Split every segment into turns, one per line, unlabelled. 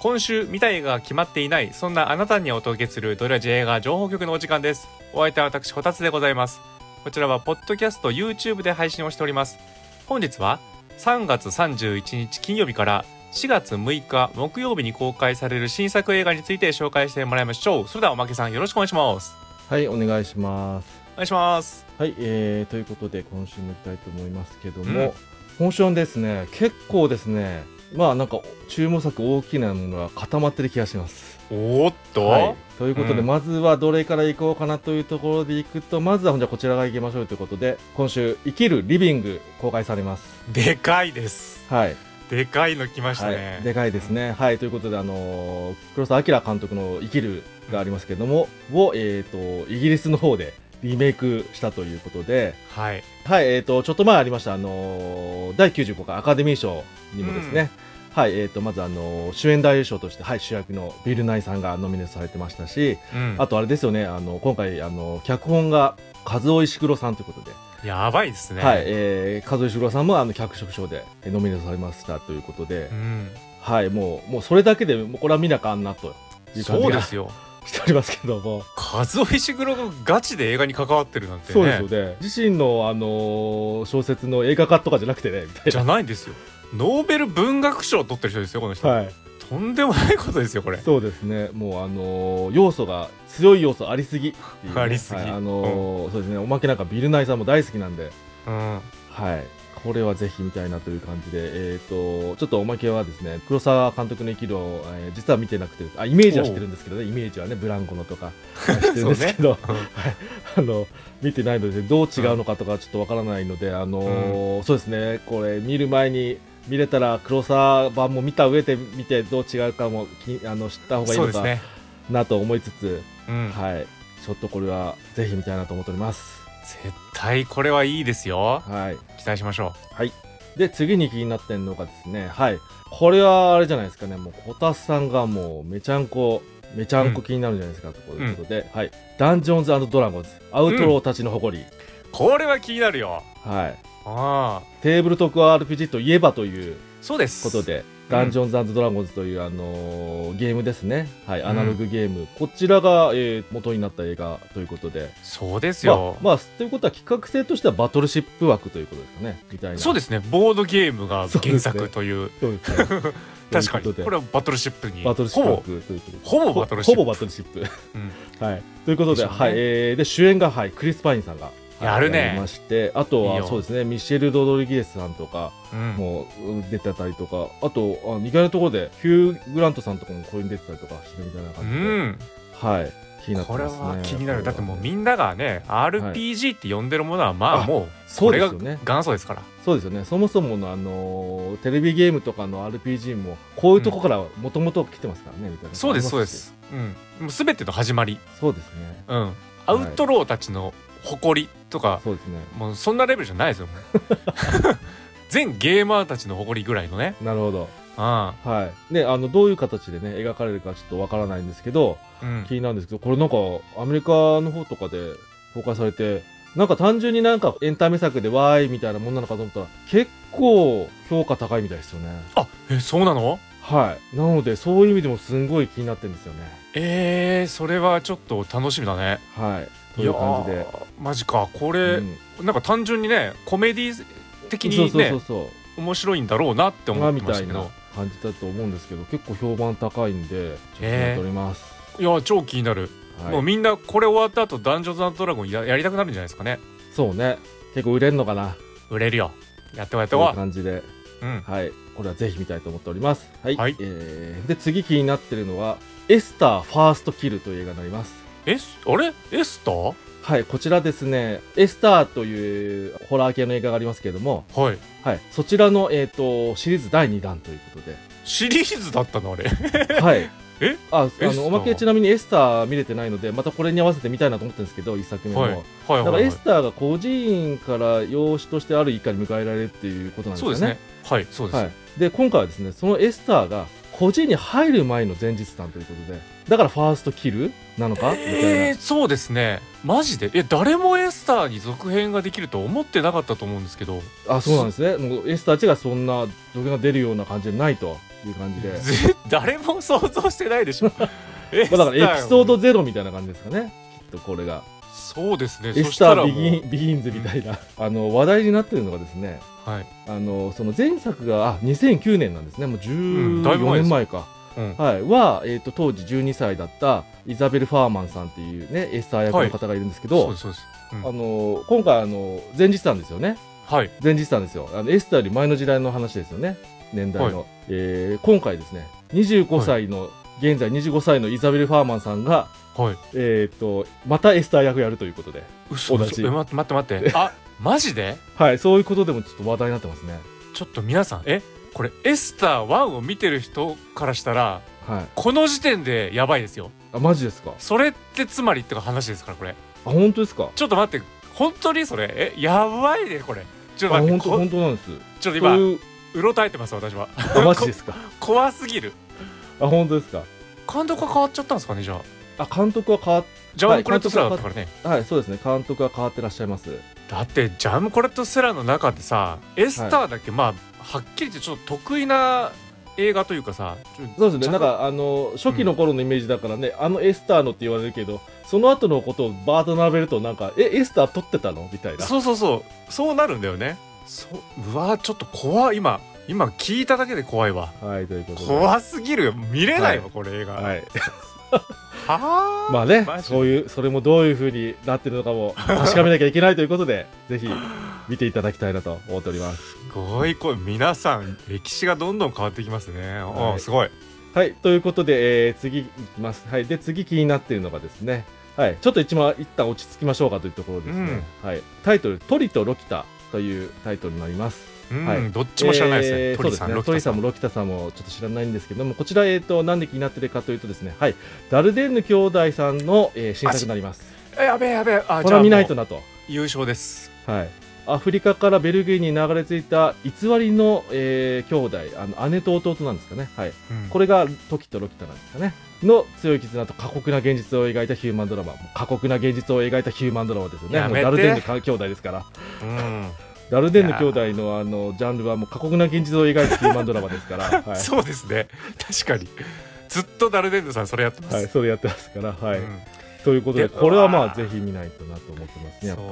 今週見たい映画が決まっていないそんなあなたにお届けするドラジ映画情報局のお時間ですお相手は私こたつでございますこちらはポッドキャスト YouTube で配信をしております本日は3月31日金曜日から4月6日木曜日に公開される新作映画について紹介してもらいましょうそれではおまけさんよろしくお願いします
はい、お願いします。
お願いします
はい、えー、ということで、今週も行きたいと思いますけど
うん
も、本ションですね、結構ですね、まあなんか、注目作大きなものが固まってる気がします。
おーっと、
はい、ということで、
うん
まずはどれから行こうかなというところで行くと、まずはほんじゃこちらが行きましょうということで、今週、生きるリビング公開されます。
でかいです
はい、
でかいの来ましたね、
はい、でかいですね。はい、ということで、あのー黒澤明監督の生きるがありますけども、を、えーと、イギリスの方でリメイクしたということで、
はい
はい、えー、とちょっと前ありました、あのー第95回アカデミー賞にもですね、はいえー、とまず、あのー主演男優賞として、はい、主役のビル・ナイさんがノミネートされてましたし、
うん
あとあれですよね、あの今回、あの脚本が和尾石黒さんということで、
やばいですね
はいえー、和尾石黒さんもあの脚色賞でえーノミネートされましたということで、
うん
はい、もうもうそれだけでもうこれは見なかんなという感
そう
じ
で
が
すよ
しておりますけども。
和尾石黒がガチで映画に関わってるなんてね
そうですよね自身の、あのー小説の映画化とかじゃなくてねみたいな
じゃないんですよノーベル文学賞を取ってる人ですよこの人、
はい、
とんでもないことですよこれ
そうですね、もうあのー要素が強い要素ありすぎっていうね、
ありすぎ
はいあのーそうですね、おまけなんかビルナイさんも大好きなんで、
うん
はい、これはぜひ見たいなという感じで、えー、とちょっとおまけはですね、黒澤監督の生きるを、えー実は見てなくて、あイメージはしてるんですけどね、イメージはね、ブランコの とかしてるんですけど、
そうね
はい、あの見てないので、どう違うのかとかちょっとわからないので、あのーそうですね、これ見る前に。見れたら黒沢版も見た上で見てどう違うかもきあの知った方がいい
そう
の
です
か
ね
なと思いつつ、
うん、
はい、ちょっとこれはぜひ見たいなと思っております。
絶対これはいいですよ
はい、
期待しましょ
で次に気になってんのがですね、はい、これはあれじゃないですかね、もうこたつさんがもうめちゃんこめちゃんこ気になるんじゃないですか、ということで、はい、ダンジョンズドラゴンズアウトローたちの誇り、
うこれは気になるよ
はい、
ああ
テーブルトーク RPG といえばという
そうです
ことで。ダンジョンズドラゴンズという、あのーゲームですね、はい、アナログゲーム、こちらが、えー元になった映画ということで、
そうです
ま
よ
あ、、まあ、ということは企画性としてはバトルシップ枠ということですかね、みたいな。
そうですねボードゲームが原
そうです
作
ね
という
そうですね
確か
とい
に
うことで
これはバトルシップに
バトルシッ
ほ
プ
ぼ
枠ということで
ほぼバトルシップ
ほぼバトルシップ。はい、ということ
で
で
しょうね
はいえーで主演が、はい、クリス・パインさんが、はい
やるね
りましてあと
いい
は
よ
そうですねミシェル・ロドリゲスさんとか
うん、うん、
もう出てたりとかあとあ意外なところでヒュー・グラントさんとかもこういうの出てたりとかしてみたいな
う
感じで、
ん
はい、気になって
これ
ますね
は気になるだってもうみ
なん
ながね RPG って呼んでるものはまあ
あ
もう
そ
こ
うで
れ
す
が
よね
元祖ですから
そうですよねそもそもの、あのーテレビゲームとかの RPG もこういうとこからもともと来てますからね、みたいな
そうですそう
あ
で
りますし
すうんもう全ての始まり
そうですね
うんアウトローたちの誇りとか、
そうですね
もうそんなレベルじゃないですよもう 全ゲーマーたちの誇りぐらいのね
なるほど
あ
はい、であのどういう形でね描かれるかちょっとわからないんですけど
あうん
気になるんですけどこれなんかアメリカの方とかで公開されてなんか単純になんかエンタメ作でわーいみたいなもんなのかと思ったら結構評価高いみたいですよね
あえそうなの
はいなのでそういう意味でもすんごい気になってるんですよね
えー、それはちょっと楽しみだね
はいという感じ
いやー
で、
マジかこ
う
れ、
ん
なんか単純にねコメディ的に
そう
ね
そうそうそう
面白いんだろうなって思
まあ
って
み
ま
た
した
い
け
な
ど
感じだと思うんですけど結構評判高いんでちょっと気になっております、
いや超気になる、
はい
もうみんなこれ終わった後ダンジョンズドラゴンややりたくなるんじゃないですかね
そうね結構売れるのかな
売れるよやってはやって
という
は
感じで
うん
はい、これはぜひ見たいと思っております。はい、
はい
えーで次気になってるのはエスターファーストキルという映画になります。
えすあれエスター
はい、こちらですね、エスターというホラー系の映画がありますけれども、
はい
はい、そちらの、えー、とシリーズ第2弾ということで、
シリーズだったのあれ
はい、
え
あ
エ
あ
スター
のおまけちなみにエスター見れてないので、またこれに合わせて見たいなと思ってるんですけど、一作目も。
はいはい
だか
は
ら
い、は
エ
い
ス、ターが孤児院から養子としてある一家に迎えられるっていうことなんです
そう
よ
で
ね。
すねはいそうです、
はい、で今回はですねそのエスターが個人に入る前の前日談ということでだからファーストキルなのかみたいな、
えー、そうですねマジでえ誰もエスターに続編ができると思ってなかったと思うんですけど
あそうなんですねもうエスター自体がそんな続編が出るような感じでないとっていう感じで、
ぜ誰も想像してないでしょエスタ
まあ、だからエピソード
ー
ゼロみたいな感じですかねきっとこれが
そうですね
エ
そ
ス
した
タ
ら
ー
も
ビ
う
ギンビギンズみたいなあの話題になってるのがですね
はい、
あのその前作があ2009年なんですねもう
うんだいぶ前
14
です
年前か、
うん
はい、は、えー、と当時12歳だったイザベル・ファーマンさんっていうねエスター役の方がいるんですけど、
そうですそうです、うん
あの今回あの前日なんですよね
はい
前日なんですよあのエスターより前の時代の話ですよね年代の、えー今回ですね25歳の、現在25歳のイザベル・ファーマンさんが、
はい
えー、とまたエスター役やるということで、
嘘
同
嘘
じ
え待って待って待ってあマジで
はい、そういうことでもちょっと話題になってますね。
ちょっと皆さんえこれエスター1を見てる人からしたら
はい、
この時点でやばいですよ
あマジですか
それってつまりってか話ですからこれ
あ本当ですか
ちょっと待って本当にそれえやばいねこれちょ
あ
っと待っ
本
て
当
こ
本当なんです。
ちょっと今
そういう
うろたえてます私は
あマジですか
怖すぎる
あ本当ですか
監督が変わっちゃったんですかねじゃあ
あ監督は変わっ
ジャン・コレット・スラーだったからね、
はいそうですね監督は変わってらっしゃいます
だってジャン・コレット・スラーの中でさエスターだけ、まあはっきり言ってちょっと得意な映画というかさちょ
そうです
ちゃ
ね
ん
な
と
んかあの初期の頃のイメージだからね、あのエスターのって言われるけどその後のことをバーッと並べるとなんかえエスター撮ってたのみたいな
そうそうそうそうなるんだよねそううわーちょっと怖い今今聞いただけで怖いわ
はいということで
怖すぎるよ見れないわ、
はい
これ映画は
はい
あ、
まあね
マジで
そういうそれもどういうふうになってるの かも確かめなきゃいけないということでぜひ見ていただきたいなと思ってお ります
すごいこれ皆さん歴史がどんどん変わってきますね、
はい
おすごい
はいということで、えー次いきますはいで次気になっているのがですねはいちょっと一番一旦落ち着きましょうかというところですね、はいタイトル「トリとロキタ」というタイトルになります
うん、
はい
どっちも知らないですね、
えー
トリさん、
そうですね
ロキ
ト
タ
リさんもロキタさんもちょっと知らないんですけどもこちらえっ、となんで気になってるかというとですねはいダルデンヌ兄弟さんの、えー新作になります
えやべえやべえあ
こ
じ
れ
ゃあ
は
も
見
う
ないとなと
優勝です
はいアフリカからベルギーに流れ着いた偽りの、えー兄弟あの姉と弟なんですかねはい
うん
これが時とロキタなんですかねの強い絆と過酷な現実を描いたヒューマンドラマもう過酷な現実を描いたヒューマンドラマですよね
や
もう
めて
ダルデンヌ兄弟ですから
うん
ダルデンヌ兄弟のあのジャンルはもう過酷な現実を描いたヒューマンドラマですか ら、はい、
そうですね確かにずっとダルデンヌさんそれやってます、
はい、それやってますから、はい。
う
ということで、
で
これは
う
ま
わ
あ、
ー
ぜひ見ないとなと思ってますね、やっぱ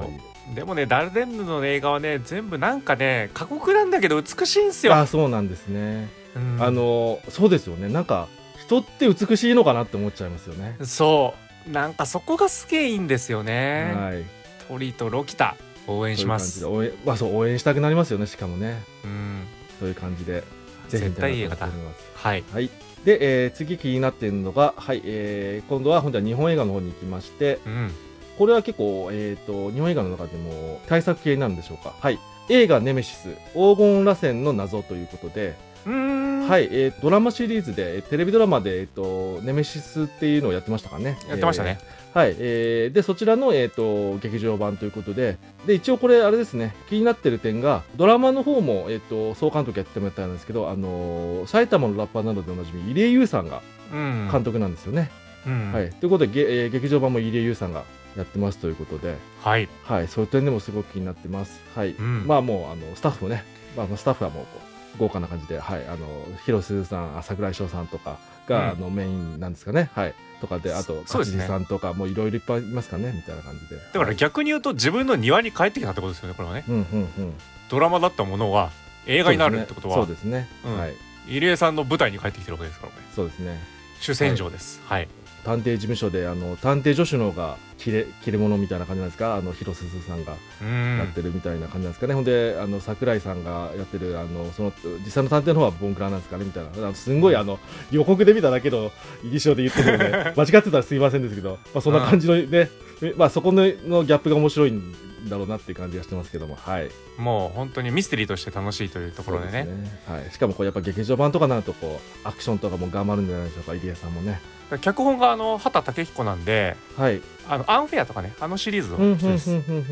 り。
んでもねダルデンヌの映画はね全部なんかね過酷なんだけど美しいんすよ、
あ、そうなんですね。
うん
あの、そうですよね、なんか、人って美しいのかなって思っちゃいますよね。
そうなんかそこがすげえいいんですよね、
はい。
トリとロキタ応援します
そういう感じで応援、まあ、そう、応援したくなりますよね、しかもね。
うん
そういう感じで。ぜひ
絶
見た
対いい
い
映
な
画
と
だ
思います。
はい
はい。で、えー次気になっているのが、はい、えー今度は本当は日本映画の方に行きまして、
うん
これは結構、えっ、と、日本映画の中でも対策系なんでしょうか。はい。映画ネメシス、黄金螺旋の謎ということで、
うーん
はい、えードラマシリーズで、えーテレビドラマで、えーと、ネメシスっていうのをやってましたからね。
やってましたね、
えー。はい、えーで、そちらの、えーと、劇場版ということで、で、一応これ、あれですね、気になってる点が、ドラマの方も、えーと、総監督やってもらったんですけど、あのー埼玉のラッパーなどでおなじみ、入江優さんが
うん
監督なんですよね。
うん
はい。ということで、げえー劇場版も入江優さんがやってますということで、
はい
はい、そういう点でもすごく気になってます。はい。
うん
まあもう、あの、スタッフもね、まあ、あのスタッフはもうこう、豪華な感じで、はい、あの、広瀬すずさん、あ桜井翔さんとか
う
が、
ん
あの、メインなんですかね。はい。とかで、あと、
そそう
勝
ですね
地さんとか、もういろいろいっぱいいますかね、みたいな感じで。
だから逆に言うと自分の庭に帰ってきたってことですよねこれはね
うんうんうん。
ドラマだったものが映
映
画になるってことは、
そうですね。
うん
はい。
入江さんの舞台に帰ってきてるわけですからこれ
そうですね。
主戦場ですはい、
探偵事務所で、あの、探偵助手の方が、切れ、切れ者みたいな感じなんですか、あの、広瀬すずさんが。
う
やっ
ん
てるみたいな感じなんですかね、ほんであの桜井さんがやってるあのその実際の探偵の方はボンクラなんですかねみたいなあのすんごいあの予告で見ただけど印象で言ってるの で間違ってたらすいませんですけど、まあ、そんな感じのね、えまあ、そこののギャップが面白いんだろうなっていう感じがしてますけどもはい
もう本当にミステリーとして楽しいというところでね
そうですねはい、しかもこれやっぱ劇場版とかになるとこうアクションとかも頑張るんじゃないでしょうか入江さんもね
脚本があの畑武彦なんで
はい
あのアンフェアとかねあのシリーズ
うんうんう
の
ん
人です、
うんうんうんうん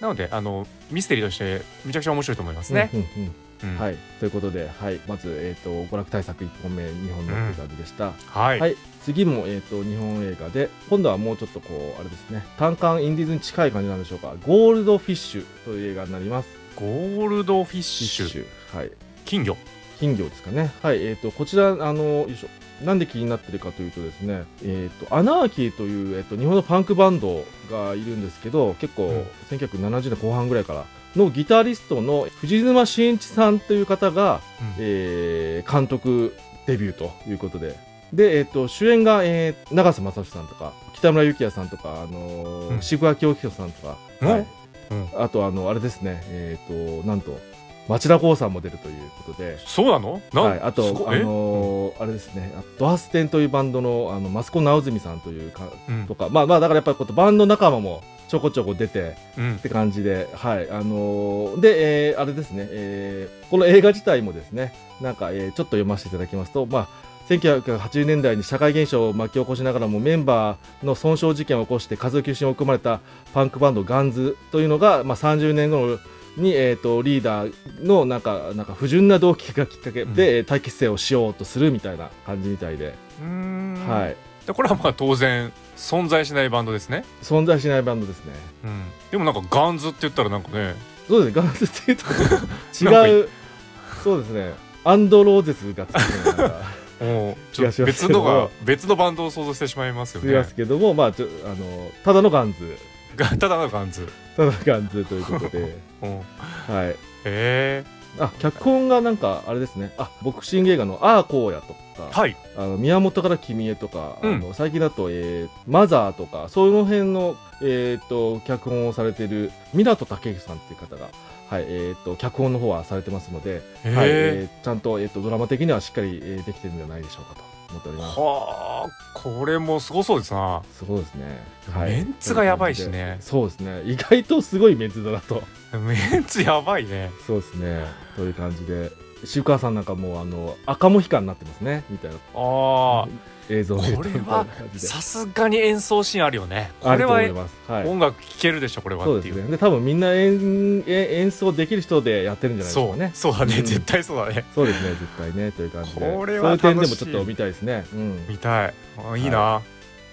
なのであのミステリーとしてめちゃくちゃ面白いと思いますね、
うんうんうん
うん
はいということで、はい、まず、えー、と娯楽対策1本目2本目という感じでした、
はい、
はい、次も、えー、と日本映画で今度はもうちょっとこうあれですね単館インディーズに近い感じなんでしょうか「ゴールドフィッシュ」という映画になります
ゴールドフィッ
フィッ
シ
シ
ュ
ュはい
金魚
金魚ですかね。はい、えっ、と、こちら、あの、よいしょ。なんで気になってるかというとですね、えっ、と、アナーキーという、えっ、と、日本のパンクバンドがいるんですけど、結構、
うん
1970年後半ぐらいから、のギタリストの藤沼真一さんという方が、
うん
えー監督デビューということで。で、えっと主演が、えー永瀬正史さんとか北村幸也さんとか、あのー
うん
渋谷恭弘さんとか、
うん
はい
うん
あとあのあれですね、えっとなんと町田剛さんも出るということで、
そうなのな
はい、あと、
すご
あ
いえ
のーあれですねあドハステンというバンドのあのマスコ・直澄さんというか
うん
とか、まあまあだからやっぱりこうバンド仲間もちょこちょこ出て、
うん
って感じで、はい、あのーで、えーあれですね、えーこの映画自体もですね、なんか、えーちょっと読ませていただきますと、まあ、1980年代に社会現象を巻き起こしながらもメンバーの損傷事件を起こして活動休止に追い込まれたパンクバンドガンズというのが、まあ、30年後に、えー、とリーダーのなんかなんか不純な動機がきっかけで、
うん
えー大結成をしようとするみたいな感じみたいで、
うーん
はい、
でこれはまあ当然存在しないバンドですね、
存在しないバンドですね。
うん、でもなんかガンズって言ったらなんかね
そうですね、ガンズっていうと
なんか
違う、そうですね、アンドローゼスがつくよう な
もうちょっと
気がします
別
けど
のが別のバンドを想像してしまいますよ
すいま
ね
すけども、まあ、ちょあのただのガンズ、
がただのガンズ、
ただのガンズということ で、
うん、
はい、
え
あ脚本がなんか、あれですね、あボクシング映画のああこうやと
ー、
か、
はい
あの宮本から君へとか、
うん
あの最近だと、えーマザーとか、その辺の、えー、と脚本をされている湊武さんっていう方が、はいえー、と脚本の方はされてますので、
え
はい
ー
えーちゃんと,、えー、とドラマ的にはしっかり、えーできてるんじゃないでしょうかと思っております。
はあこれもすごそうですな
すごいですね、
メンツがやばいしね
そうですね意外とすごいメンツだなと
メンツやばいね
そうですねという感じで渋川さんなんかもうあの赤モヒカンになってますねみたいな
ああ
映像を見ると
これは
みたいな感じで
さすがに演奏シーンあるよねこ
あ
れ
ると思
はい
ますはい
音楽聴けるでしょこれ
そ
は
う
ってい
で
う
すねで多分みんな演え演奏できる人でやってるんじゃないです
そ
か
う
ね
そうだね、
うん
絶対そうだね
そうですね絶対ねという感じで
これは楽しい
そういう点でもちょっと見たいですねうん
見たいあいいな、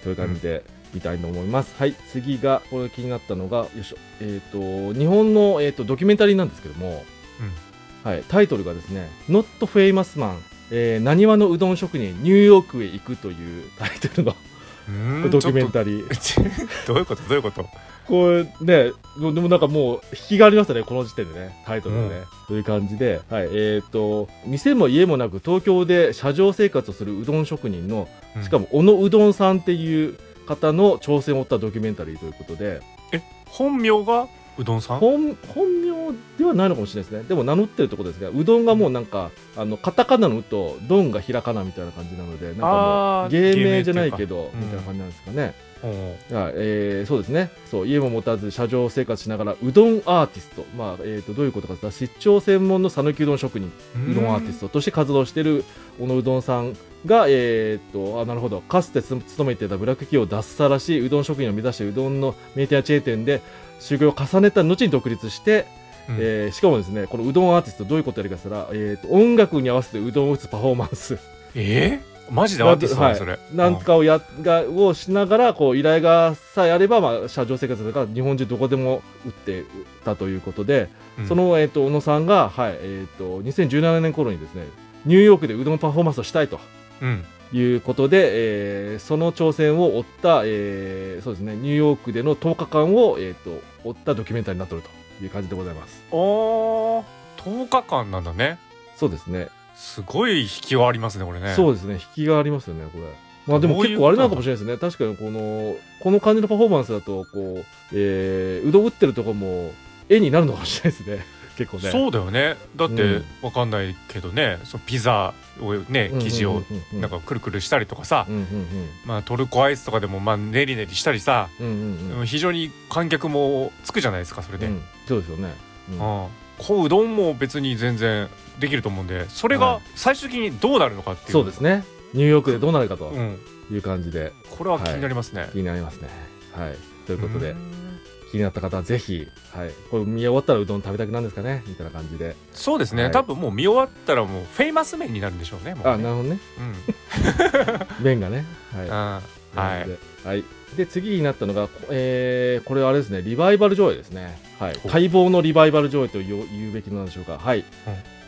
という感じで見たいと思います、はい次がこれ気になったのがよいしょえっ、と日本の、えー、とドキュメンタリーなんですけども、はい、タイトルがですね「Not Famous Man えーなにわのうどん職人ニューヨークへ行く」という タイトルの
うーん
ドキュメン
ちょ
タリー
っと どういうことどういうこと
これねででもなんかもう引きがありましたねこの時点でねタイトルがね、
うん
という感じで、はいえっ、と店も家もなく東京で車上生活をするうどん職人のしか
も
も小野うどんさんっていう方の挑戦を追ったドキュメンタリーということで、
本名がうどんさん
本本名ではないのかもしれないですねでも名乗ってるところですねうどんがもうなんかあのカタカナの「う」と「どん」がひらかなみたいな感じなのでなんかも
あー
う芸名じゃないけど
芸
み
名っていうか
たいな感じなんですかね、
うん
あえーそうですねそう家も持たず車上生活しながらうどんアーティスト、まあえー、とどういうことかというと出張専門の讃岐うどん職人うどんアーティストとして活動している小野うどんさんが、えーっとあなるほどかつてつ勤めていたブラック企業を脱サラしうどん職人を目指してうどんのメディアチェーン店で修行を重ねた後に独立して、
うん
えーしかもですねこのうどんアーティストどういうことやるかとしたら、えーっと音楽に合わせてうどんを打つパフォーマンス
えーマジでアーティストだねそれ、
なんかをやがをしながらこう依頼がさえあれば、まあ、車上生活とか日本中どこでも打ってたということで、
うん
その、えー、と小野さんが、はいえー、と2017年頃にですねニューヨークでうどんパフォーマンスをしたいと
うん
いうことで、えーその挑戦を追った、えーそうですね、ニューヨークでの10日間を、えー、と追ったドキュメンタリーになっているという感じでございます。
おー10日間なんだね
そうですね
すごい引きはありますねこれね
そうですね、引きがありますよね、これ。まあでも
どういう
結構あれなのかもしれないですね、確かにこのこの感じのパフォーマンスだとこう、えー、うどん打ってるとこも絵になるのかもしれないですね、結構ね。
そうだよねだって、
うん
わかんないけどねそのピザをね生地を
うん
なんかくるくるしたりとかさ、
うんうん
まあ、トルコアイスとかでもまあネリネリしたりさ、
うんうんうんうん
非常に観客もつくじゃないですかそれで、
う
うん
んそうですよね。うん
こううどんも別に全然できると思うんでそれ
は
が
い
最終的にどうなるのかっていう
そうですね、ニューヨークでどうなるかと
うん、
いう感じで
これは気になりますね、
気になりますね。はい、ということで
うー、ん
気になった方はぜひ、はい、これ見終わったらうどん食べたくなるんですかねみたいな感じで。
そうですね、
はい
多分もう見終わったらもうフェイマス面になるんでしょうねもうね
あ、なるほどね。
うん
麺がね。はい。
あーはい、
はい、で次になったのが、こえーこれはあれですねリバイバル上映ですね、はい、
お
待望のリバイバル上映という言うべきなんでしょうか、はい
うん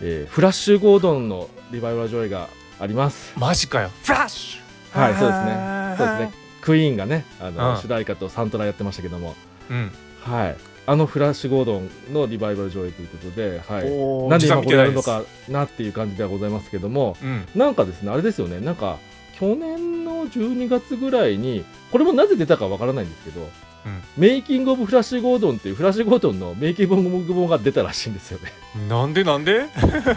えーフラッシュゴードンのリバイバル上映があります。
マジかよフラッシュ
はいそうですね
ね
そうです ね。クイーンがね、あの、
うん
主題歌とサントラやってましたけども、
うん、
はい。あのフラッシュゴードンのリバイバル上映ということで、はい。
おー
なんで
実は
今
見て
これや
ない
る
で
の
す
かなっていう感じではございますけども、
うん
なんかですね、あれですよね、なんか、去年の12月ぐらいに、これもなぜ出たかわからないんですけど、メイキング・オブ・フラッシュ・ゴードンっていうフラッシュ・ゴードンのメイキング・オブ・本が出たらしいんですよね。
なんでなんで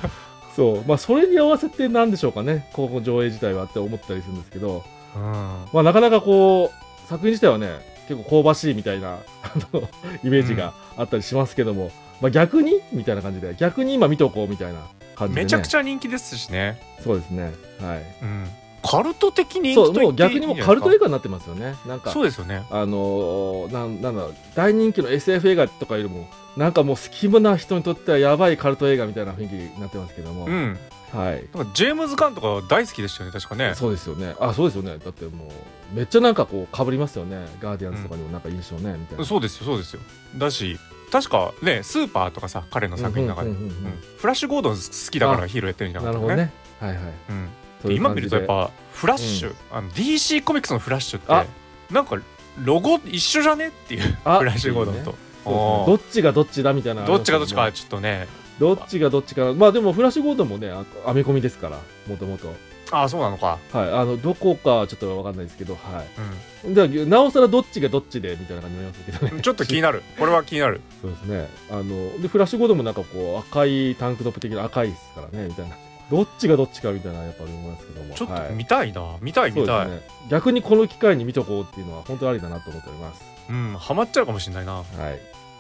そう、まあ、それに合わせてなんでしょうかね、この上映自体はって思ったりするんですけど、
うん
まあ、なかなかこう、作品自体はね、結構香ばしいみたいな、 あの、イメージがあったりしますけども、まあ、逆にみたいな感じで、逆に今見とこうみたいな感じで、ね。
めちゃく
ゃ。
ちゃ人気ですしね、
そうですね。はい。
うん、カルト的人気
そ
と
う、
言
もう
っていい
逆
ん
に
じゃ
も
ないうです
カ
か
ルト映画になってますよね。なんか
そ、うですよね
あのーなんなんだろう大人気の SF 映画とかよりもなんかもう隙間な人にとってはやばいカルト映画みたいな雰囲気になってますけども、
うん
はい、
なんかジェームズ・ガンとか大好きでしたよね確かね
そうですよねあそうですよねだってもうめっちゃなんかこう被りますよねガーディアンズとかにもなんか印象ね、みたいな
そうですよそうですよだし確かねスーパーとかさ彼の作品の中で、
うんうんうんうん
うんフラッシュ・ゴードン好きだからヒーローやってるんじゃな
な
か
る
っ
ほ
た
ど
ね
ねはいはい
うん
そういう
今
感
見
じ
る
で
とやっぱフラッシュ、あの DC コミックスのフラッシュっ
あ
てなんかロゴ一緒じゃねっていうフ
あ
ラッシュ・ゴードン
いい
と
ね。そうですねどっちがどっちだみたいな
あ
の
ー
あり
どっ
ます
ち
け
がどっ
ども
ちかはちょっとね
どっちがどっちかまあでもフラッシュゴードンもねあ編み込みですからもともと
ああそうなのか、
はいあのどこかちょっとわかんないですけどはい
うん
だからなおさらどっちがどっちでみたいな感じになりますけど ね
ちょっと気になるこれは気になる
そうですねあのでフラッシュゴードンもなんかこう赤いタンクトップ的な赤いですからねみたいなどっちがどっちかみたいなやっぱ思いますけども
ちょっ
はい
と見たいな、見たい
そう
見
で
たい
すね逆にこの機会に見とこうっていうのは本当にありだなと思っております
うんハマっちゃうかもしれないな
はい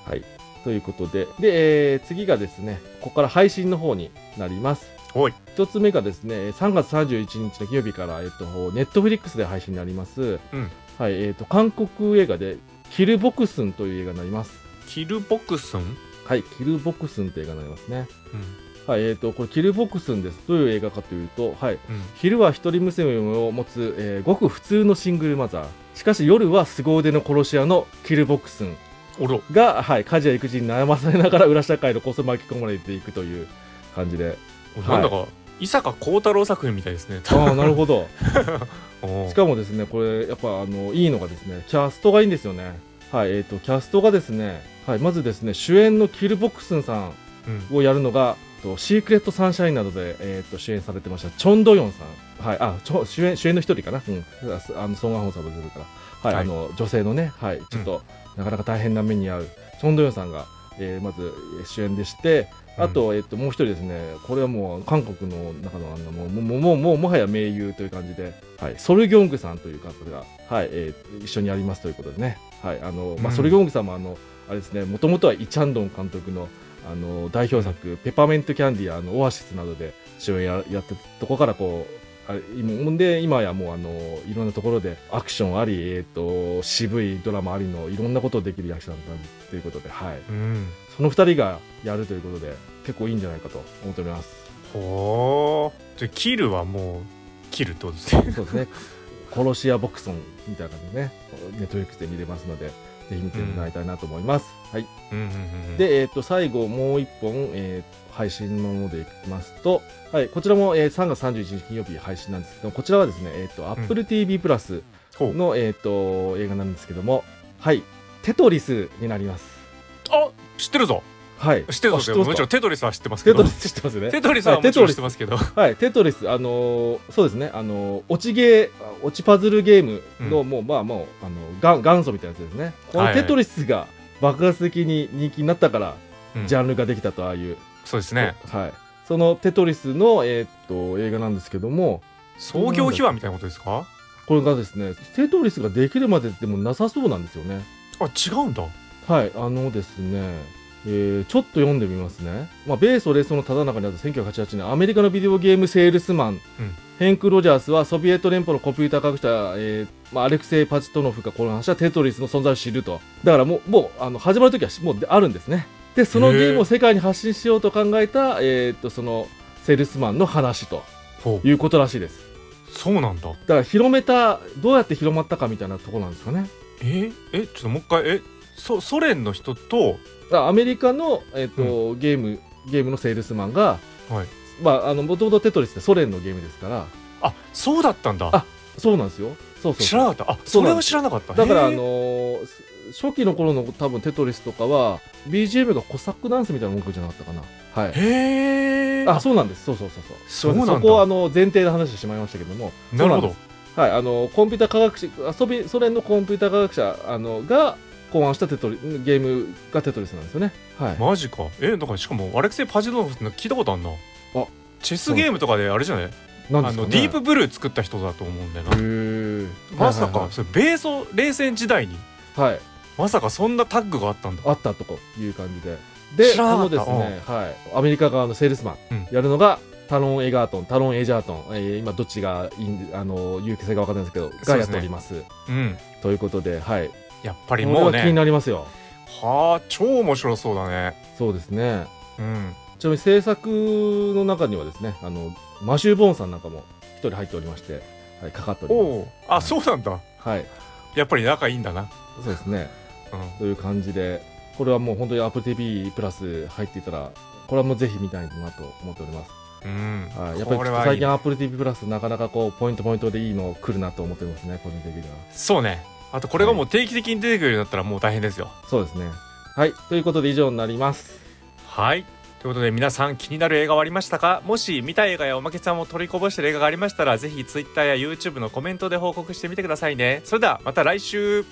はいということでで、えー次がですねここから配信の方になります
はい
一つ目がですね3月31日の金曜日から、えっと、ネットフリックスで配信になります、
うん
はいえっと韓国映画で「キルボクスン」という映画になります
キルボクスン、
はい、キルボクスンという映画になりますね。
うん
はい、えっ、と、これ、キルボクスンです。どういう映画かというと、はい、
うん、
昼は一人娘を持つ、えーごく普通のシングルマザー。しかし夜は凄腕の殺し屋のキルボクスン
おろ
が、はい、家事や育児に悩まされながら裏社会のこそ巻き込まれていくという感じで。はい
なんだか伊坂幸太郎作品みたいですね
ああ、なるほど。
おー
しかもですね、これ、やっぱ、あの、いいのがですね、キャストがいいんですよね。はい、えっ、と、キャストがですね、はい、まずですね、主演のキルボクスンさん
うん
をやるのが、とシークレットサンシャインなどで、えー、と主演されてました、チョン・ドヨンさん、はい、あちょ主演主演の一人かな、うん、あのソン・ガンホンさんも出てるから、はい
はい
あの、女性のね、はい、ちょっと、なかなか大変な目に遭う、チョン・ドヨンさんが、えーまずえー主演でして、あと、えっともう一人ですね、これはもう韓国の中のあのもうもうもうもうもうもはや盟友という感じで、はい、ソルギョングさんという方が、はいえー一緒にやりますということでね、はいあのまあ
うん
ソルギョングさんもあの、あれですね、もともとはイ・チャンドン監督のあの代表作、ペパーメントキャンディーやあのオアシスなどで主演ややってたとこからこう、あれ今ほんで今やもうあのいろんなところでアクションあり、えー、と渋いドラマありのいろんなことをできる役者だったということで、はい、
うん
その2人がやるということで結構いいんじゃないかと思っております
ほーじゃあキルはもうキルってことですね
そうですね殺し屋ボクソンみたいな感じでねネットフリックスで見れますのでぜひ見てもらいたいなと思います、はい、
うんうんうんうん
で、えー、と最後もう1本、えー配信のものでいきますと、はい、こちらも、えー3月31日金曜日配信なんですけどこちらはですね、えー、と AppleTV プラス
ほう
の、えー、と映画なんですけどもはいテトリスになります
あ知ってるぞ
はい
知ってる
あ
ぞ
ま
も
す
ちろ
か
んテトリスは知ってますけ
テト
ど
リス知ってますよね
テトリスは
はい
もちろん知
テトリス
ってますけど
はい、テトリス、あのーそうですね、あのー落ちゲー、落ちパズルゲームの、
う
もう、まあ、もう、あの元元祖みたいなやつですね。こ
は
の
いはい
テトリスが爆発的に人気になったから、
うん
ジャンルができたと、ああいう。
そうですね
はい。そのテトリスの、えーっと、映画なんですけども、
創業秘話みたいなことですか
これがですね、テトリスができるまででもなさそうなんですよね。
あ違うんだ
はい、あのですね、えーちょっと読んでみますね。まあ、米ソ連争のただ中にあった1988年、アメリカのビデオゲームセールスマ
う
ン、
ん
ヘンク・ロジャースはソビエト連邦のコンピューター科学者、えーまあ、アレクセイ・パチトノフがこの話はテトリスの存在を知ると。だからもう、もうあの始まるときはもうあるんですね。で、そのゲームを世界に発信しようと考えた、えーっと、その、セールスマンの話と
ほう
いうことらしいです。
そうなんだ
だから広めた、どうやって広まったかみたいなところなんですかね。
ええちょっともう一回えそソ連の人と
だからアメリカの、えっとゲームゲームのセールスマンが
はい
まああのもともとテトリスってソ連のゲームですから
あそうだったんだ
あそうなんですよそうそうそう
知らなかったあそれは知らなかった
だから
へー
あのーす初期の頃の多分テトリスとかは BGM がコサックダンスみたいな音楽じゃなかったかなはい
へえ
あそうなんですそうそうそうそう
そうなんだ
そこはあの前提で話してしまいましたけども
なるほ
そうなんで
ど
すはいあのコンピューター科学者ソビソ連のコンピューター科学者あのが考案したテトリゲームがテトリスなんですよねはい
マジかえだからしかもアレクセイ・パジドノフの聞いたことあんな
あ
チェスゲームとかであれじゃない、
なんで
あ
すか、
の
ね、
ディープブルー作った人だと思うんだよな、
へえ
まさ
は
か
い
それ米ソ冷戦時代に
はいはい、はい
まさかそんなタッグがあったんだ
あったとかいう感じで。で、
知らな
あ
かっ
の
た
ですね、はい、アメリカ側のセールスマ
うん
ンやるのが、タロン・エガートン、タロン・エジャートン、えー今どっちがいいんあの有機性が分かんないですけど、
すね
がやっております。
うん
ということで、はい、
やっぱり
こ
もう
れは気
ね
になりますよ。
はあ超面白そうだね
そうですね。
うん
ちなみに制作の中にはですね、あのマシュー・ボーンさんなんかも一人入っておりまして、はい、かかってお
お
ります。
おあそうなんだ
はい、
やっぱり仲いいんだな
そうですね。
うん
という感じで、これはもう本当に Apple TV プラス入っていたら、これはもうぜひ見たいなと思っております。
うん
はい、やっぱ
これ
りちょっと
はい
最
い
近
ね
Apple TV プラスなかなかこうポイントポイントでいいの来るなと思ってますね個人的には
そうねあとこれがもう定期的に出てくるようになったらもう大変ですよ
そうですねはいということで以上になります
はいということで皆さん気になる映画はありましたかもし見た映画やおまけさんを取りこぼしてる映画がありましたらぜひ Twitter や YouTube のコメントで報告してみてくださいねそれではまた来週